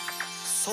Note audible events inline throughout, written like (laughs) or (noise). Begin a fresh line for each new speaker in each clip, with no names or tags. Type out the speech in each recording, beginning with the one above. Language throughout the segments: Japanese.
想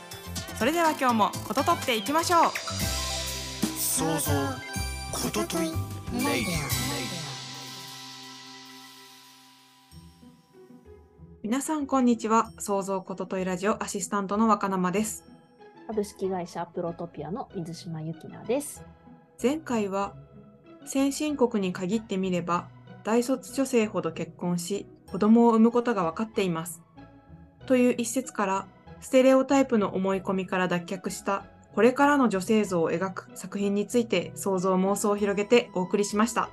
それでは今日もこととっていきましょう
想像ことといレイディ
皆さんこんにちは創造ことといラジオアシスタントの若生です
株式会社プロトピアの水島由紀奈です
前回は先進国に限ってみれば大卒女性ほど結婚し子供を産むことが分かっていますという一節からステレオタイプの思い込みから脱却したこれからの女性像を描く作品について想像妄想を広げてお送りしました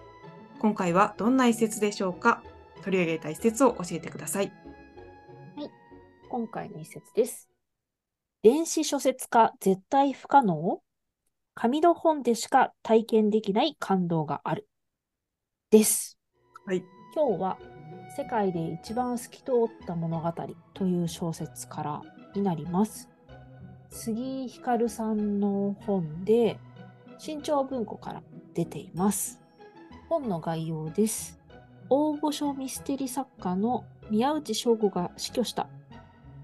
今回はどんな一節でしょうか取り上げた一節を教えてください
今回の一節です電子書籍化絶対不可能紙の本でしか体験できない感動があるです
はい
今日は世界で一番透き通った物語という小説からになります。杉井ひかるさんの本で新潮文庫から出ています。本の概要です。大御所ミステリ作家の宮内翔吾が死去した。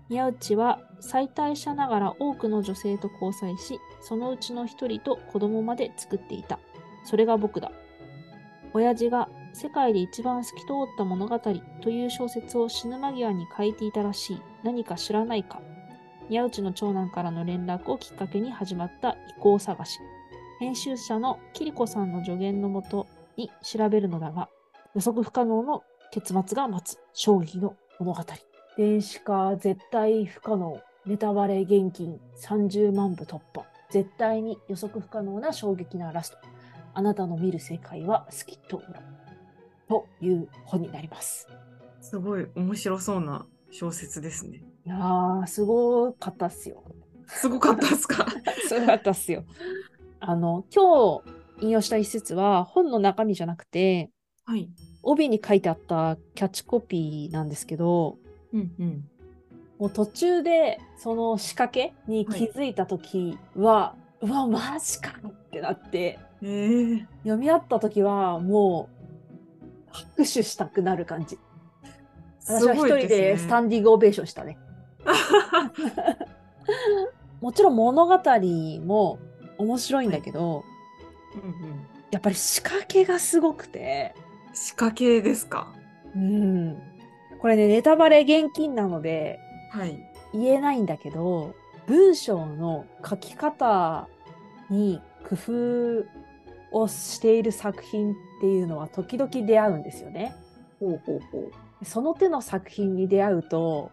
宮内は妻帯者ながら多くの女性と交際し、そのうちの一人と子供まで作っていた。それが僕だ。親父が世界で一番透き通った物語という小説を死ぬ間際に書いていたらしい。何か知らないか。宮内の長男からの連絡をきっかけに始まった遺構探し。編集者のキリコさんの助言のもとに調べるのだが、予測不可能の結末が待つ将棋の物語。電子化絶対不可能。ネタバレ現金30万部突破。絶対に予測不可能な衝撃なラスト。あなたの見る世界は透き通る。という本になります。
すごい面白そうな小説ですね
いやー、すごかったっすよ。
(laughs)
(laughs)
すごかったですか
すごかったっすよ。あの、今日引用した一節は本の中身じゃなくて、
はい
帯に書いてあったキャッチコピーなんですけど、
うんうん
もう途中でその仕掛けに気づいた時は、うわ、マジかってなって、
えー、
読み合った時はもう拍手したくなる感じ。私は一人でスタンディングオベーションしたね。もちろん物語も面白いんだけど、
うんうん、
やっぱり仕掛けがすごくて、
仕掛けですか
うん。これね、ネタバレ厳禁なので
はい
言えないんだけど、文章の書き方に工夫をしている作品っていうのは時々出会うんですよね。
ほうほうほ
その手の作品に出会うと、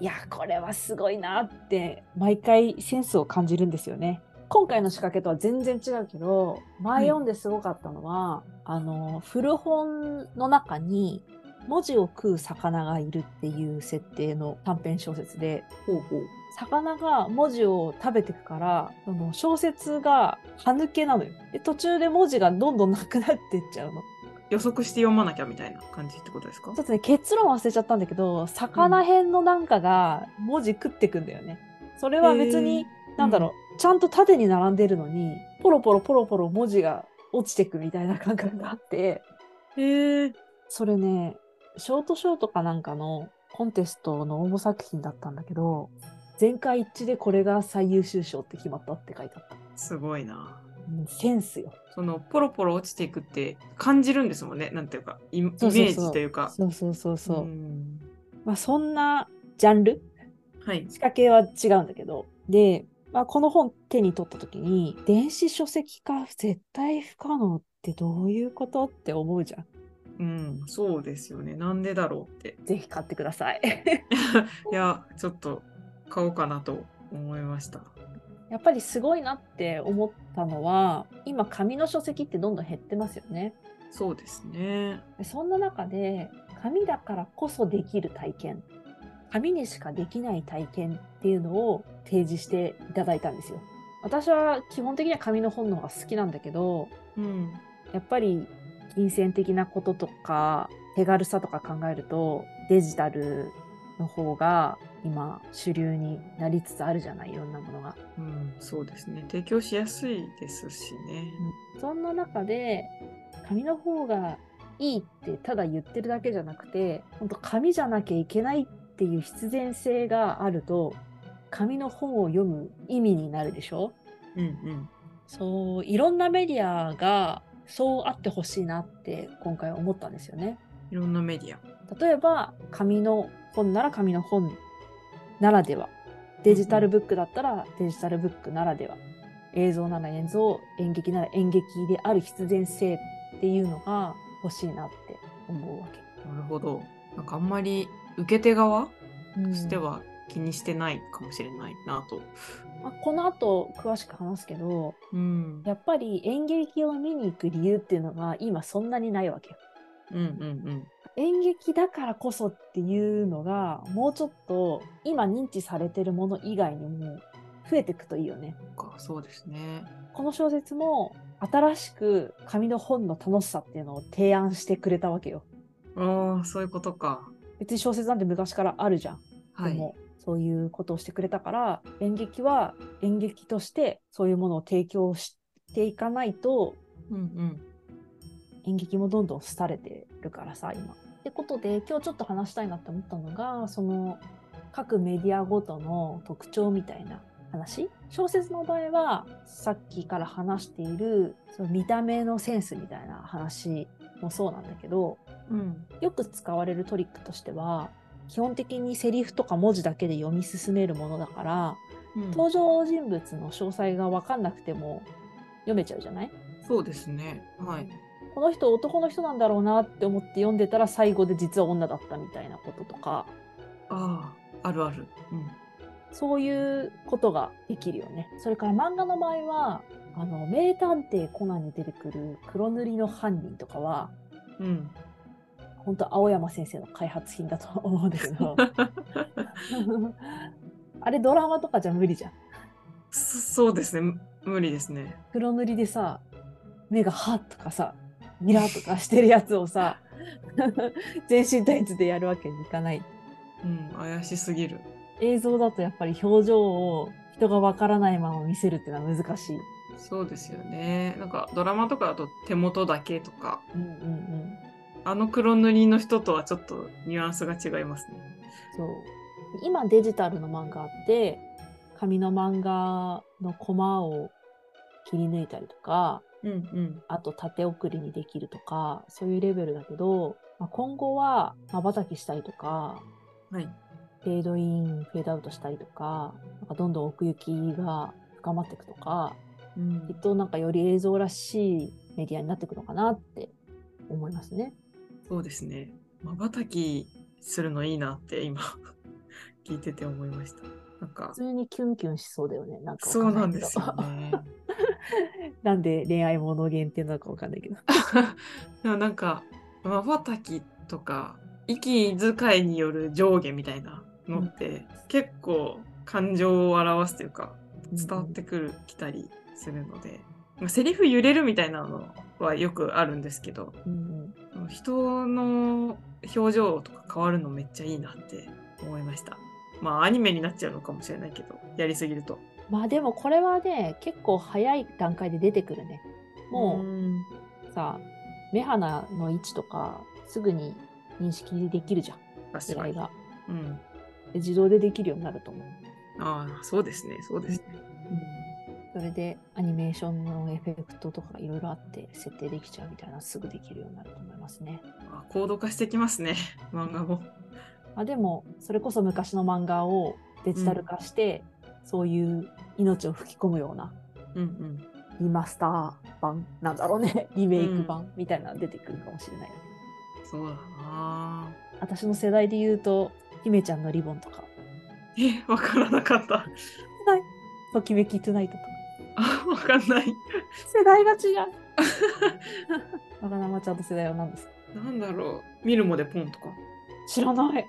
いや、これはすごいなって、毎回センスを感じるんですよね。今回の仕掛けとは全然違うけど、前読んですごかったのは、あの、古本の中に文字を食う魚がいるっていう設定の短編小説で、
うほうほう
魚が文字を食べてくから、その小説が歯抜けなのよ。で、途中で文字がどんどんなくなってっちゃうの。
予測して読まなきゃみたいな感じってことですか
ちょっとね、結論忘れちゃったんだけど、魚編のなんかが文字食ってくんだよね。それは別
へ
に
ー、
なんだろう、ちゃんと縦に並んでるのに、ポロポロポロポロ文字が落ちてくみたいな感覚があって、
へえ
それね、ショートショートかなんかのコンテストの応募作品だったんだけど、全会一致でこれが最優秀賞って決まったって書いてあった。
すごいな
うんセンスよ。
そのポロポロ落ちていくって感じるんですもんねなんていうかイイメ
そうそうそう
ージというか
そうそうそうそう。
ん
まあそんなジャンル
はい
仕掛けは違うんだけど。で、まあ、この本手に取った時に、電子書籍化絶対不可能ってどういうことって思うじゃん。
うんそうですよねなんでだろうって
ぜひ買ってください。
いやちょっと買おうかなと思いました
やっぱりすごいなって思ったのは、今紙の書籍ってどんどん減ってますよね。
そうですね
そんな中で、紙だからこそできる体験、紙にしかできない体験っていうのを提示していただいたんですよ。私は基本的には紙の本の方が好きなんだけど
うん、
やっぱり金銭的なこととか手軽さとか考えるとデジタルの方が今主流になりつつあるじゃないいろんなものが。
うん、そうですね。提供しやすいですしね。
そんな中で紙の方がいいってただ言ってるだけじゃなくて本当紙じゃなきゃいけないっていう必然性があると紙の本を読む意味になるでしょ
うんうん。
そういろんなメディアがそうあってほしいなって今回思ったんですよね。
いろんなメディア。
例えば紙の本なら紙の本ならではデジタルブックだったらデジタルブックならでは映像なら映像演劇なら演劇である必然性っていうのが欲しいなって思うわけ。
なるほど。なんかあんまり受け手側
う
と
ん
しては気にしてないかもしれないなと。
まあこの後詳しく話すけど
うん。
やっぱり演劇を見に行く理由っていうのが今そんなにないわけよ。
うんうん
演劇だからこそっていうのがもうちょっと今認知されてるもの以外にも増えていくといいよね。
うん。かそうですね。
この小説も新しく紙の本の楽しさっていうのを提案してくれたわけよ。
ああそういうことか。
別に小説なんて昔からあるじゃん。
は
で
い。
もそういうことをしてくれたから演劇は演劇としてそういうものを提供していかないと
うんうん。
演劇もどんどん廃れてるからさ今。ってことで今日ちょっと話したいなって思ったのがその各メディアごとの特徴みたいな話小説の場合はさっきから話しているその見た目のセンスみたいな話もそうなんだけど
うん。
よく使われるトリックとしては基本的にセリフとか文字だけで読み進めるものだから
うん、
登場人物の詳細が分かんなくても読めちゃうじゃない
そうですね。はい。
この人男の人なんだろうなって思って読んでたら最後で実は女だったみたいなこととか
あああるある。うん。
そういうことができるよね。それから漫画の場合はあの名探偵コナンに出てくる黒塗りの犯人とかは
うん、
本当青山先生の開発品だと思うんだけどあれドラマとかじゃ無理じゃん。
そそうですね。無理ですね。
黒塗りでさ目が「は」とかさ「ミラ」とかしてるやつをさ全身タイツでやるわけにいかない
うん、怪しすぎる。
映像だとやっぱり表情を人がわからないまま見せるっていうのは難しい。
そうですよね。なんかドラマとかだと手元だけとか、
うんうんうん、
あの黒塗りの人とはちょっとニュアンスが違いますね。
そう今デジタルの漫画って紙の漫画のコマを切り抜いたりとか
うんうん。
あと縦送りにできるとかそういうレベルだけど、まあ、今後はまばたきしたりとか
はい。
フェードインフェードアウトしたりとかなんかどんどん奥行きが深まっていくとか
うん
きっとなんかより映像らしいメディアになっていくのかなって思いますね。
そうですね。まばたきするのいいなって今 (laughs) 聞いてて思いました。なんか
普通にキュンキュンしそうだよね。なんか
そうなんですよね。
ね。(laughs) なんで恋愛もの限定なのかわかんないけど。
でもなんかまばたきとか息遣いによる上下みたいなのって結構感情を表すというか (laughs) 伝わってくる、きたりするので、まあ、セリフ揺れるみたいなのはよくあるんですけど
うん
人の表情とか変わるのめっちゃいいなって思いましたまあアニメになっちゃうのかもしれないけどやりすぎると
まあでもこれはね、結構早い段階で出てくるね。
う
も
ん
うさ、目鼻の位置とかすぐに認識できるじゃん、
確か
AI
に、
が。
うん、
で自動でできるようになると思う。
ああそうですねそうですね、
それでアニメーションのエフェクトとかがいろいろあって設定できちゃうみたいなすぐできるようになると思いますね。
あ高度化してきますね (laughs) 漫画も
まあ、でもそれこそ昔の漫画をデジタル化して、そういう命を吹き込むような
うんうん
リマスター版なんだろう (laughs) ねリメイク版みたいなの出てくるかもしれないよね、
そうだな
私の世代で言うと姫ちゃんのリボンとか
えわからなかった (laughs)
ときめきトゥナイトとか
あわかんない
世代が違う (laughs) わがなまちゃんと世代は何ですか
なんだろう見るもでポンとか
知らない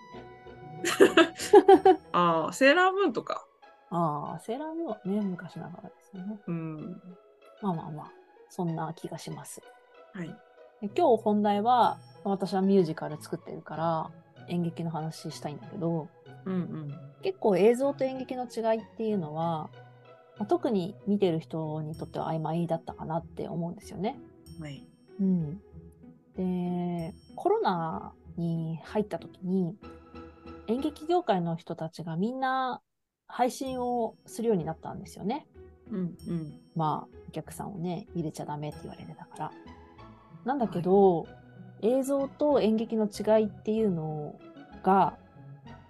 ああセーラームーンとか
ああ、セーラームーンはね、昔ながらですよね。
うん。
まあまあまあ、そんな気がします。
はい。
で今日本題は、私はミュージカル作ってるから、演劇の話したいんだけど、
うんうん。
結構映像と演劇の違いっていうのは、まあ特に見てる人にとっては曖昧だったかなって思うんですよね。
はい。
うん、でコロナに入った時に演劇業界の人たちがみんな配信をするようになったんですよね。
うんうん。
まあお客さんをね入れちゃダメって言われてたから。なんだけど、映像と演劇の違いっていうのが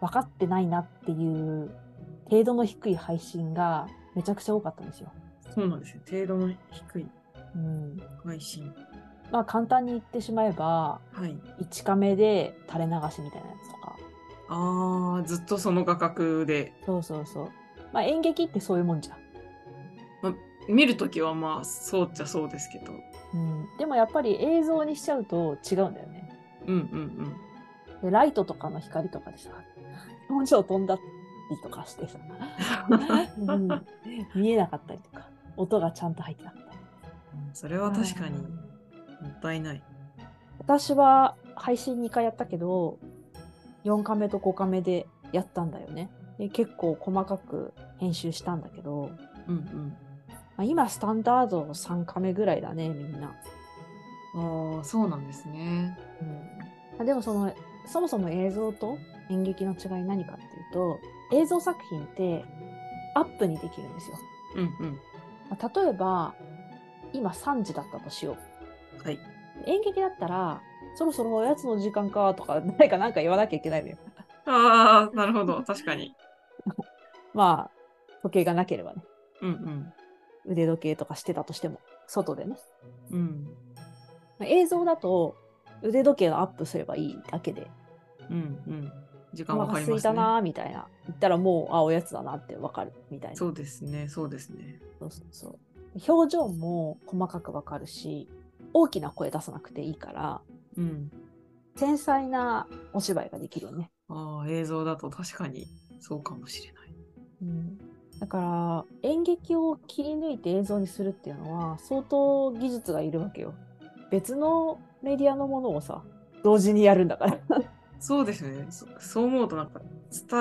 分かってないなっていう程度の低い配信がめちゃくちゃ多かったんですよ。
そうなんですよ。程度の低い
うん、
配信。
まあ簡単に言ってしまえば
はい。
1カメで垂れ流しみたいなやつとか
ああ、ずっとその画角で。
そうそうそうまあ演劇ってそういうもんじゃん、
見るときはまあ、そうっちゃそうですけど。
うん、でもやっぱり映像にしちゃうと違うんだよね
うんうん
でライトとかの光とかでさ表情飛んだりとかしてさ、
(laughs)
うん見えなかったりとか音がちゃんと入ってなかったり
うん。それは確かにもったいない。
私は配信2回やったけど4カメと5カメでやったんだよねで結構細かく編集したんだけど
うん
まあ、今スタンダード3カメぐらいだねみんな、
うん。ああ、そうなんですね。
まあ、でもそのそもそも映像と演劇の違い何かっていうと映像作品ってアップにできるんですよ、
うんうん。
まあ例えば今3時だったとしよ
はい。
う演劇だったらそろそろおやつの時間かとか (laughs) 誰かなんか言わなきゃいけないのよ
ああ、なるほ (laughs) ど。確かに。
まあ時計がなければね
うん
腕時計とかしてたとしても外でね、
うん。うん
まあ映像だと腕時計をアップすればいいだけで
うんうん。時間
お
わ
腹
かり
空
ま
い
したたね。
なーみたいな言ったらもうあおやつだなってわかるみたいな
そうですね。そうですね。
そうそうそう表情も細かくわかるし大きな声出さなくていいから
うん。
繊細なお芝居ができるよね、
ああ、映像だと確かにそうかもしれない。
うん、だから演劇を切り抜いて映像にするっていうのは相当技術がいるわけよ別のメディアのものをさ同時にやるんだから
そうですよね。そそう思うとなんか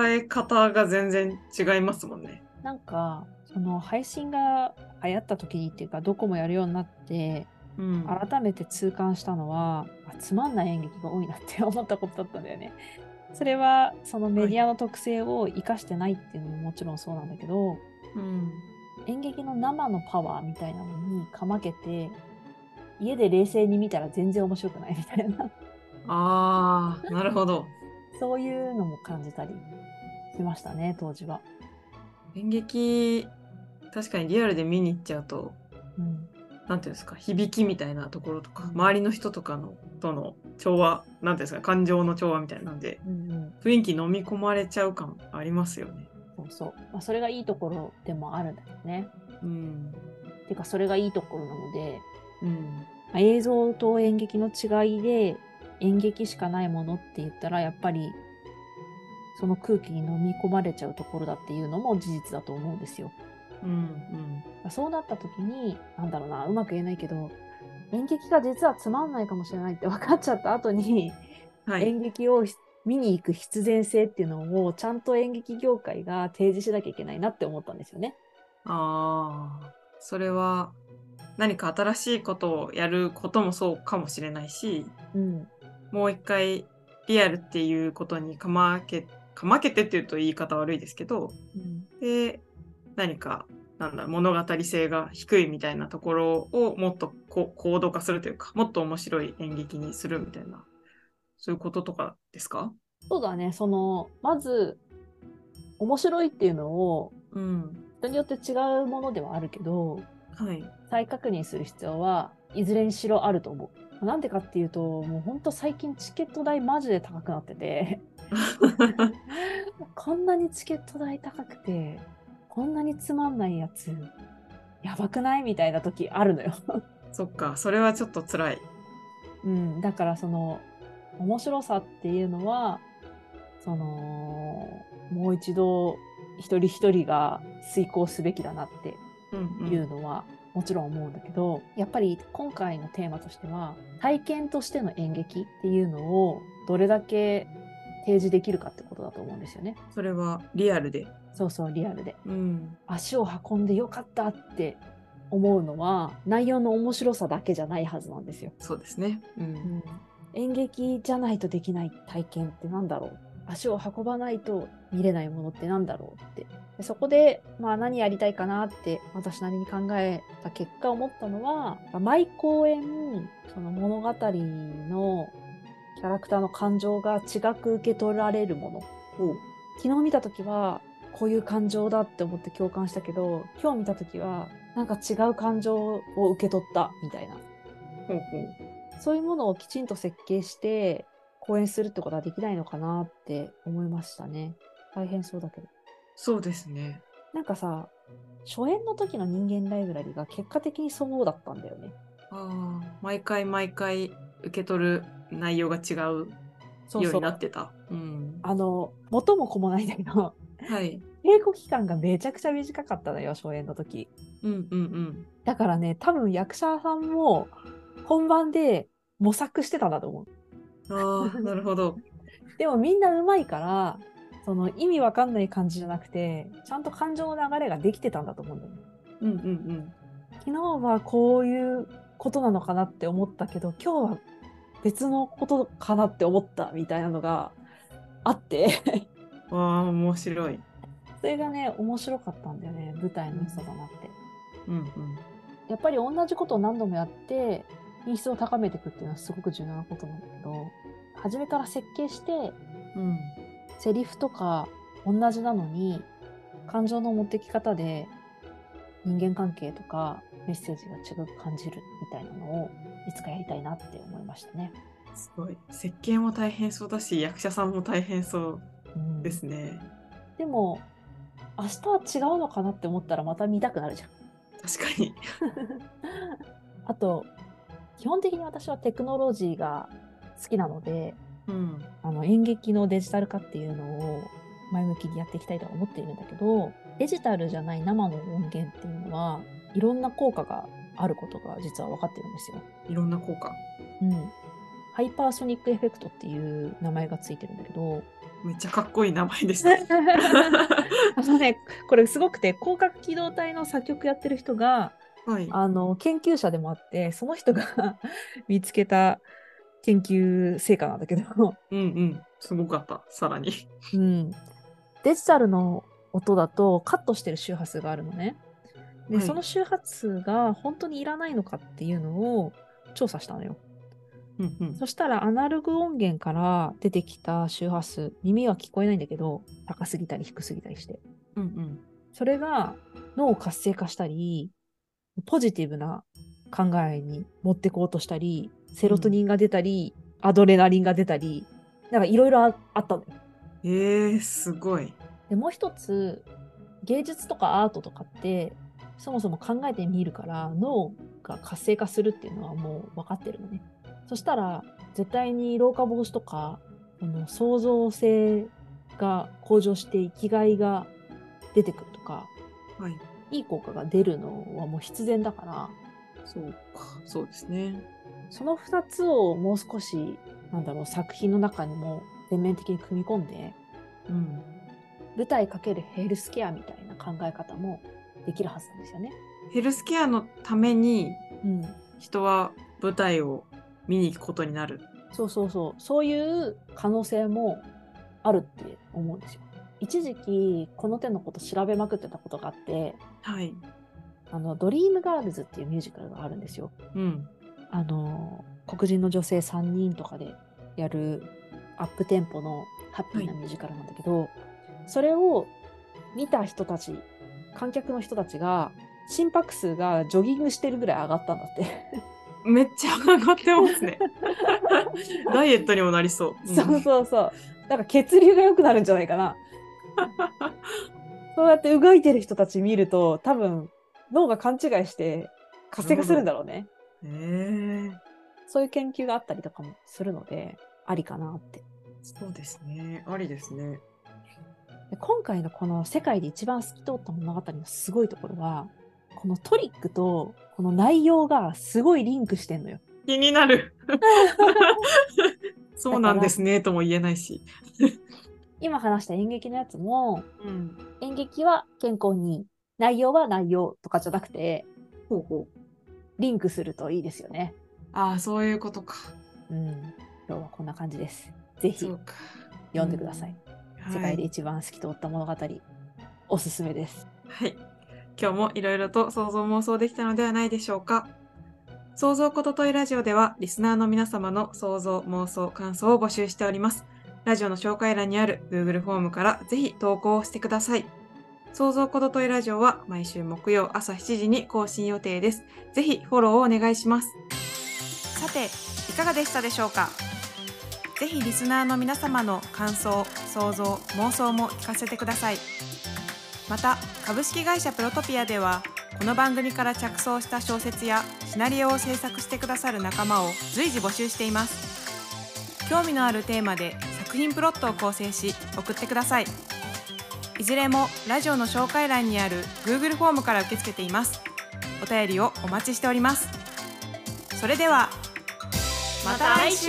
伝え方が全然違いますもんね。
(laughs) なんかその配信が流行った時にっていうかどこもやるようになって
うん。
改めて痛感したのはあつまんない演劇が多いなって思ったことだったんだよね。それはそのメディアの特性を生かしてないっていうのももちろんそうなんだけど、
うん。
演劇の生のパワーみたいなのにかまけて家で冷静に見たら全然面白くないみたいな (laughs)
ああ、なるほど。
そういうのも感じたりしましたね当時は。
演劇、確かにリアルで見に行っちゃうと、
うん、
なんていうんですか、響きみたいなところとか、周りの人とかのとの調和、なんていうんですか、感情の調和みたいなんで、
うんうん
雰囲気飲み込まれちゃう感ありますよね。
そうそうまあ、それがいいところでもあるんだけどね。
うん。
てかそれがいいところなので
うん。
まあ映像と演劇の違いで演劇しかないものって言ったらやっぱりその空気に飲み込まれちゃうところだっていうのも事実だと思うんですよ。
うん。
そうなった時になんだろうなうまく言えないけど演劇が実はつまんないかもしれないって (laughs) 分かっちゃった後に、
うん。はい。
演劇を見に行く必然性っていうのをちゃんと演劇業界が提示しなきゃいけないなって思ったんですよね。
ああ、それは何か新しいことをやることもそうかもしれないし、
うん、
もう一回リアルっていうことにかまけ、かまけてっていうと言い方悪いですけど、
うん
で、何か、なんだろう、物語性が低いみたいなところをもっとこ高度化するというか、もっと面白い演劇にするみたいな、そういうこととかですか
そうだねそのまず面白いっていうのを
うん。
人によって違うものではあるけど
はい。
再確認する必要はいずれにしろあると思う。なんでかっていうともうほんと最近チケット代マジで高くなっててこんなにチケット代高くてこんなにつまんないやつやばくないみたいな時あるのよ。
(laughs) そっか、それはちょっと辛い。
うん、だからその面白さっていうのはそのもう一度一人一人が遂行すべきだなって
うんうん
いうのはもちろん思うんだけど、やっぱり今回のテーマとしては体験としての演劇っていうのをどれだけ提示できるかってことだと思うんですよね。
それはリアルで。
そうそうリアルで
うん。
足を運んでよかったって思うのは内容の面白さだけじゃないはずなんですよ。
そうですね。うん。
演劇じゃないとできない体験ってなんだろう足を運ばないと見れないものってなんだろうってでそこで、まあ、何やりたいかなって私なりに考えた結果思ったのはまあ毎公演その物語のキャラクターの感情が違く受け取られるものを昨日見た時はこういう感情だって思って共感したけど今日見た時はなんか違う感情を受け取ったみたいな
ほうほう。
そういうものをきちんと設計して講演するってことはできないのかなって思いましたね。大変そうだけど。
そうですね。
なんかさ、初演の時の人間ライブラリが結果的にそうだったんだよね。
ああ、毎回毎回受け取る内容が違うよ
そううそ
に
う。
なってた。うん。
あの、元も子もないんだけど、 (laughs)
はい。
稽古期間がめちゃくちゃ短かったのよ、初演の時。
うんうんうん。
だからね、多分役者さんも本番で模索してたんだと思う。
あ
(laughs)
あ、なるほど。
でもみんな上手いから、その意味わかんない感じじゃなくて、ちゃんと感情の流れができてたんだと思うんだよね。
うんうんうん。
昨日はこういうことなのかなって思ったけど今日は別のことかなって思ったみたいなのがあって (laughs)
わあ、面白い。
それがね面白かったんだよね舞台の良さだなって。
うんうん。
やっぱり同じことを何度もやって品質を高めていくっていうのはすごく重要なことなんだけど初めから設計して
うん。
セリフとか同じなのに感情の持ってき方で人間関係とかメッセージが違く感じるみたいなのをいつかやりたいなって思いましたね。
すごい。設計も大変そうだし、役者さんも大変そう
うん
ですね。
でも明日は違うのかなって思ったらまた見たくなるじゃん。
確かに。
あと基本的に私はテクノロジーが好きなので
うん。
あの演劇のデジタル化っていうのを前向きにやっていきたいとは思っているんだけどデジタルじゃない生の音源っていうのはいろんな効果があることが実は分かってるんですよ。
いろんな効果。
うん、ハイパーソニックエフェクトっていう名前がついてるんだけど
めっちゃかっこいい名前で
(laughs)
した。
あのねこれすごくて広角機動隊の作曲やってる人が
はい。
あの研究者でもあってその人が (laughs) 見つけた研究成果なんだけど、
うんうん。すごかった。さらに。
うん、デジタルの音だとカットしてる周波数があるのねで、
はい
その周波数が本当にいらないのかっていうのを調査したのよ
うんうん。
そしたらアナログ音源から出てきた周波数耳は聞こえないんだけど高すぎたり低すぎたりして
うんうん。
それが脳を活性化したり、ポジティブな考えに持ってこうとしたり、セロトニンが出たり、アドレナリンが出たり、なんかいろいろああったのよ。
えー、すごい。
で、もう一つ、芸術とかアートとかって、そもそも考えてみるから、脳が活性化するっていうのはもう分かってるのね。そしたら、絶対に老化防止とか、この創造性が向上して生きがいが出てくるとか、
はい。
いい効果が出るのはもう必然だから
そうか。そうですね。
その2つをもう少しなんだろう作品の中にも全面的に組み込んで
うん。
舞台×ヘルスケアみたいな考え方もできるはずなんですよね。
ヘルスケアのために
うん、
人は舞台を見に行くことになる。
そうそうそうそういう可能性もあるって思うんですよ。一時期この手のこと調べまくってたことがあって
はい。
あのドリームガールズっていうミュージカルがあるんですよ。
うん。
あの黒人の女性3人とかでやるアップテンポのハッピーなミュージカルなんだけど、それを見た人たち観客の人たちが心拍数がジョギングしてるぐらい上がったんだって
めっちゃ上がってます (laughs) ね。ダイエットにもなりそう。ん
そうそうそうだから血流が良くなるんじゃない
(laughs)
かなそうやって動いてる人たち見ると多分脳が勘違いして活性化するんだろうね
えー、
そういう研究があったりとかもするのでありかなって
そうですね。ありですね。
で今回のこの世界で一番透き通った物語のすごいところは、このトリックとこの内容がすごいリンクしてんのよ。
気になる。 (laughs) そうなんですねとも言えないし。
今話した演劇のやつも、
うん。
演劇は健康にいい、内容は内容とかじゃなくて、
ほうほう。
リンクするといいですよね。
ああ、そういうことか。
うん。今日はこんな感じです。ぜひ
そうか。
読んでください。
はい
世界で一番透き通った物語、おすすめです。
はい。今日もいろいろと想像妄想できたのではないでしょうか。想像ことといラジオでは、リスナーの皆様の想像、妄想、感想を募集しております。ラジオの紹介欄にある Google フォームからぜひ投稿をしてください。想像ことといラジオは毎週木曜朝7時に更新予定です。ぜひフォローをお願いします。さて、いかがでしたでしょうかぜひリスナーの皆様の感想、想像、妄想も聞かせてください。また株式会社プロトピアではこの番組から着想した小説やシナリオを制作してくださる仲間を随時募集しています興味のあるテーマで作品プロットを構成し送ってくださいいずれもラジオの紹介欄にある Google フォームから受け付けていますお便りをお待ちしておりますそれではまた来週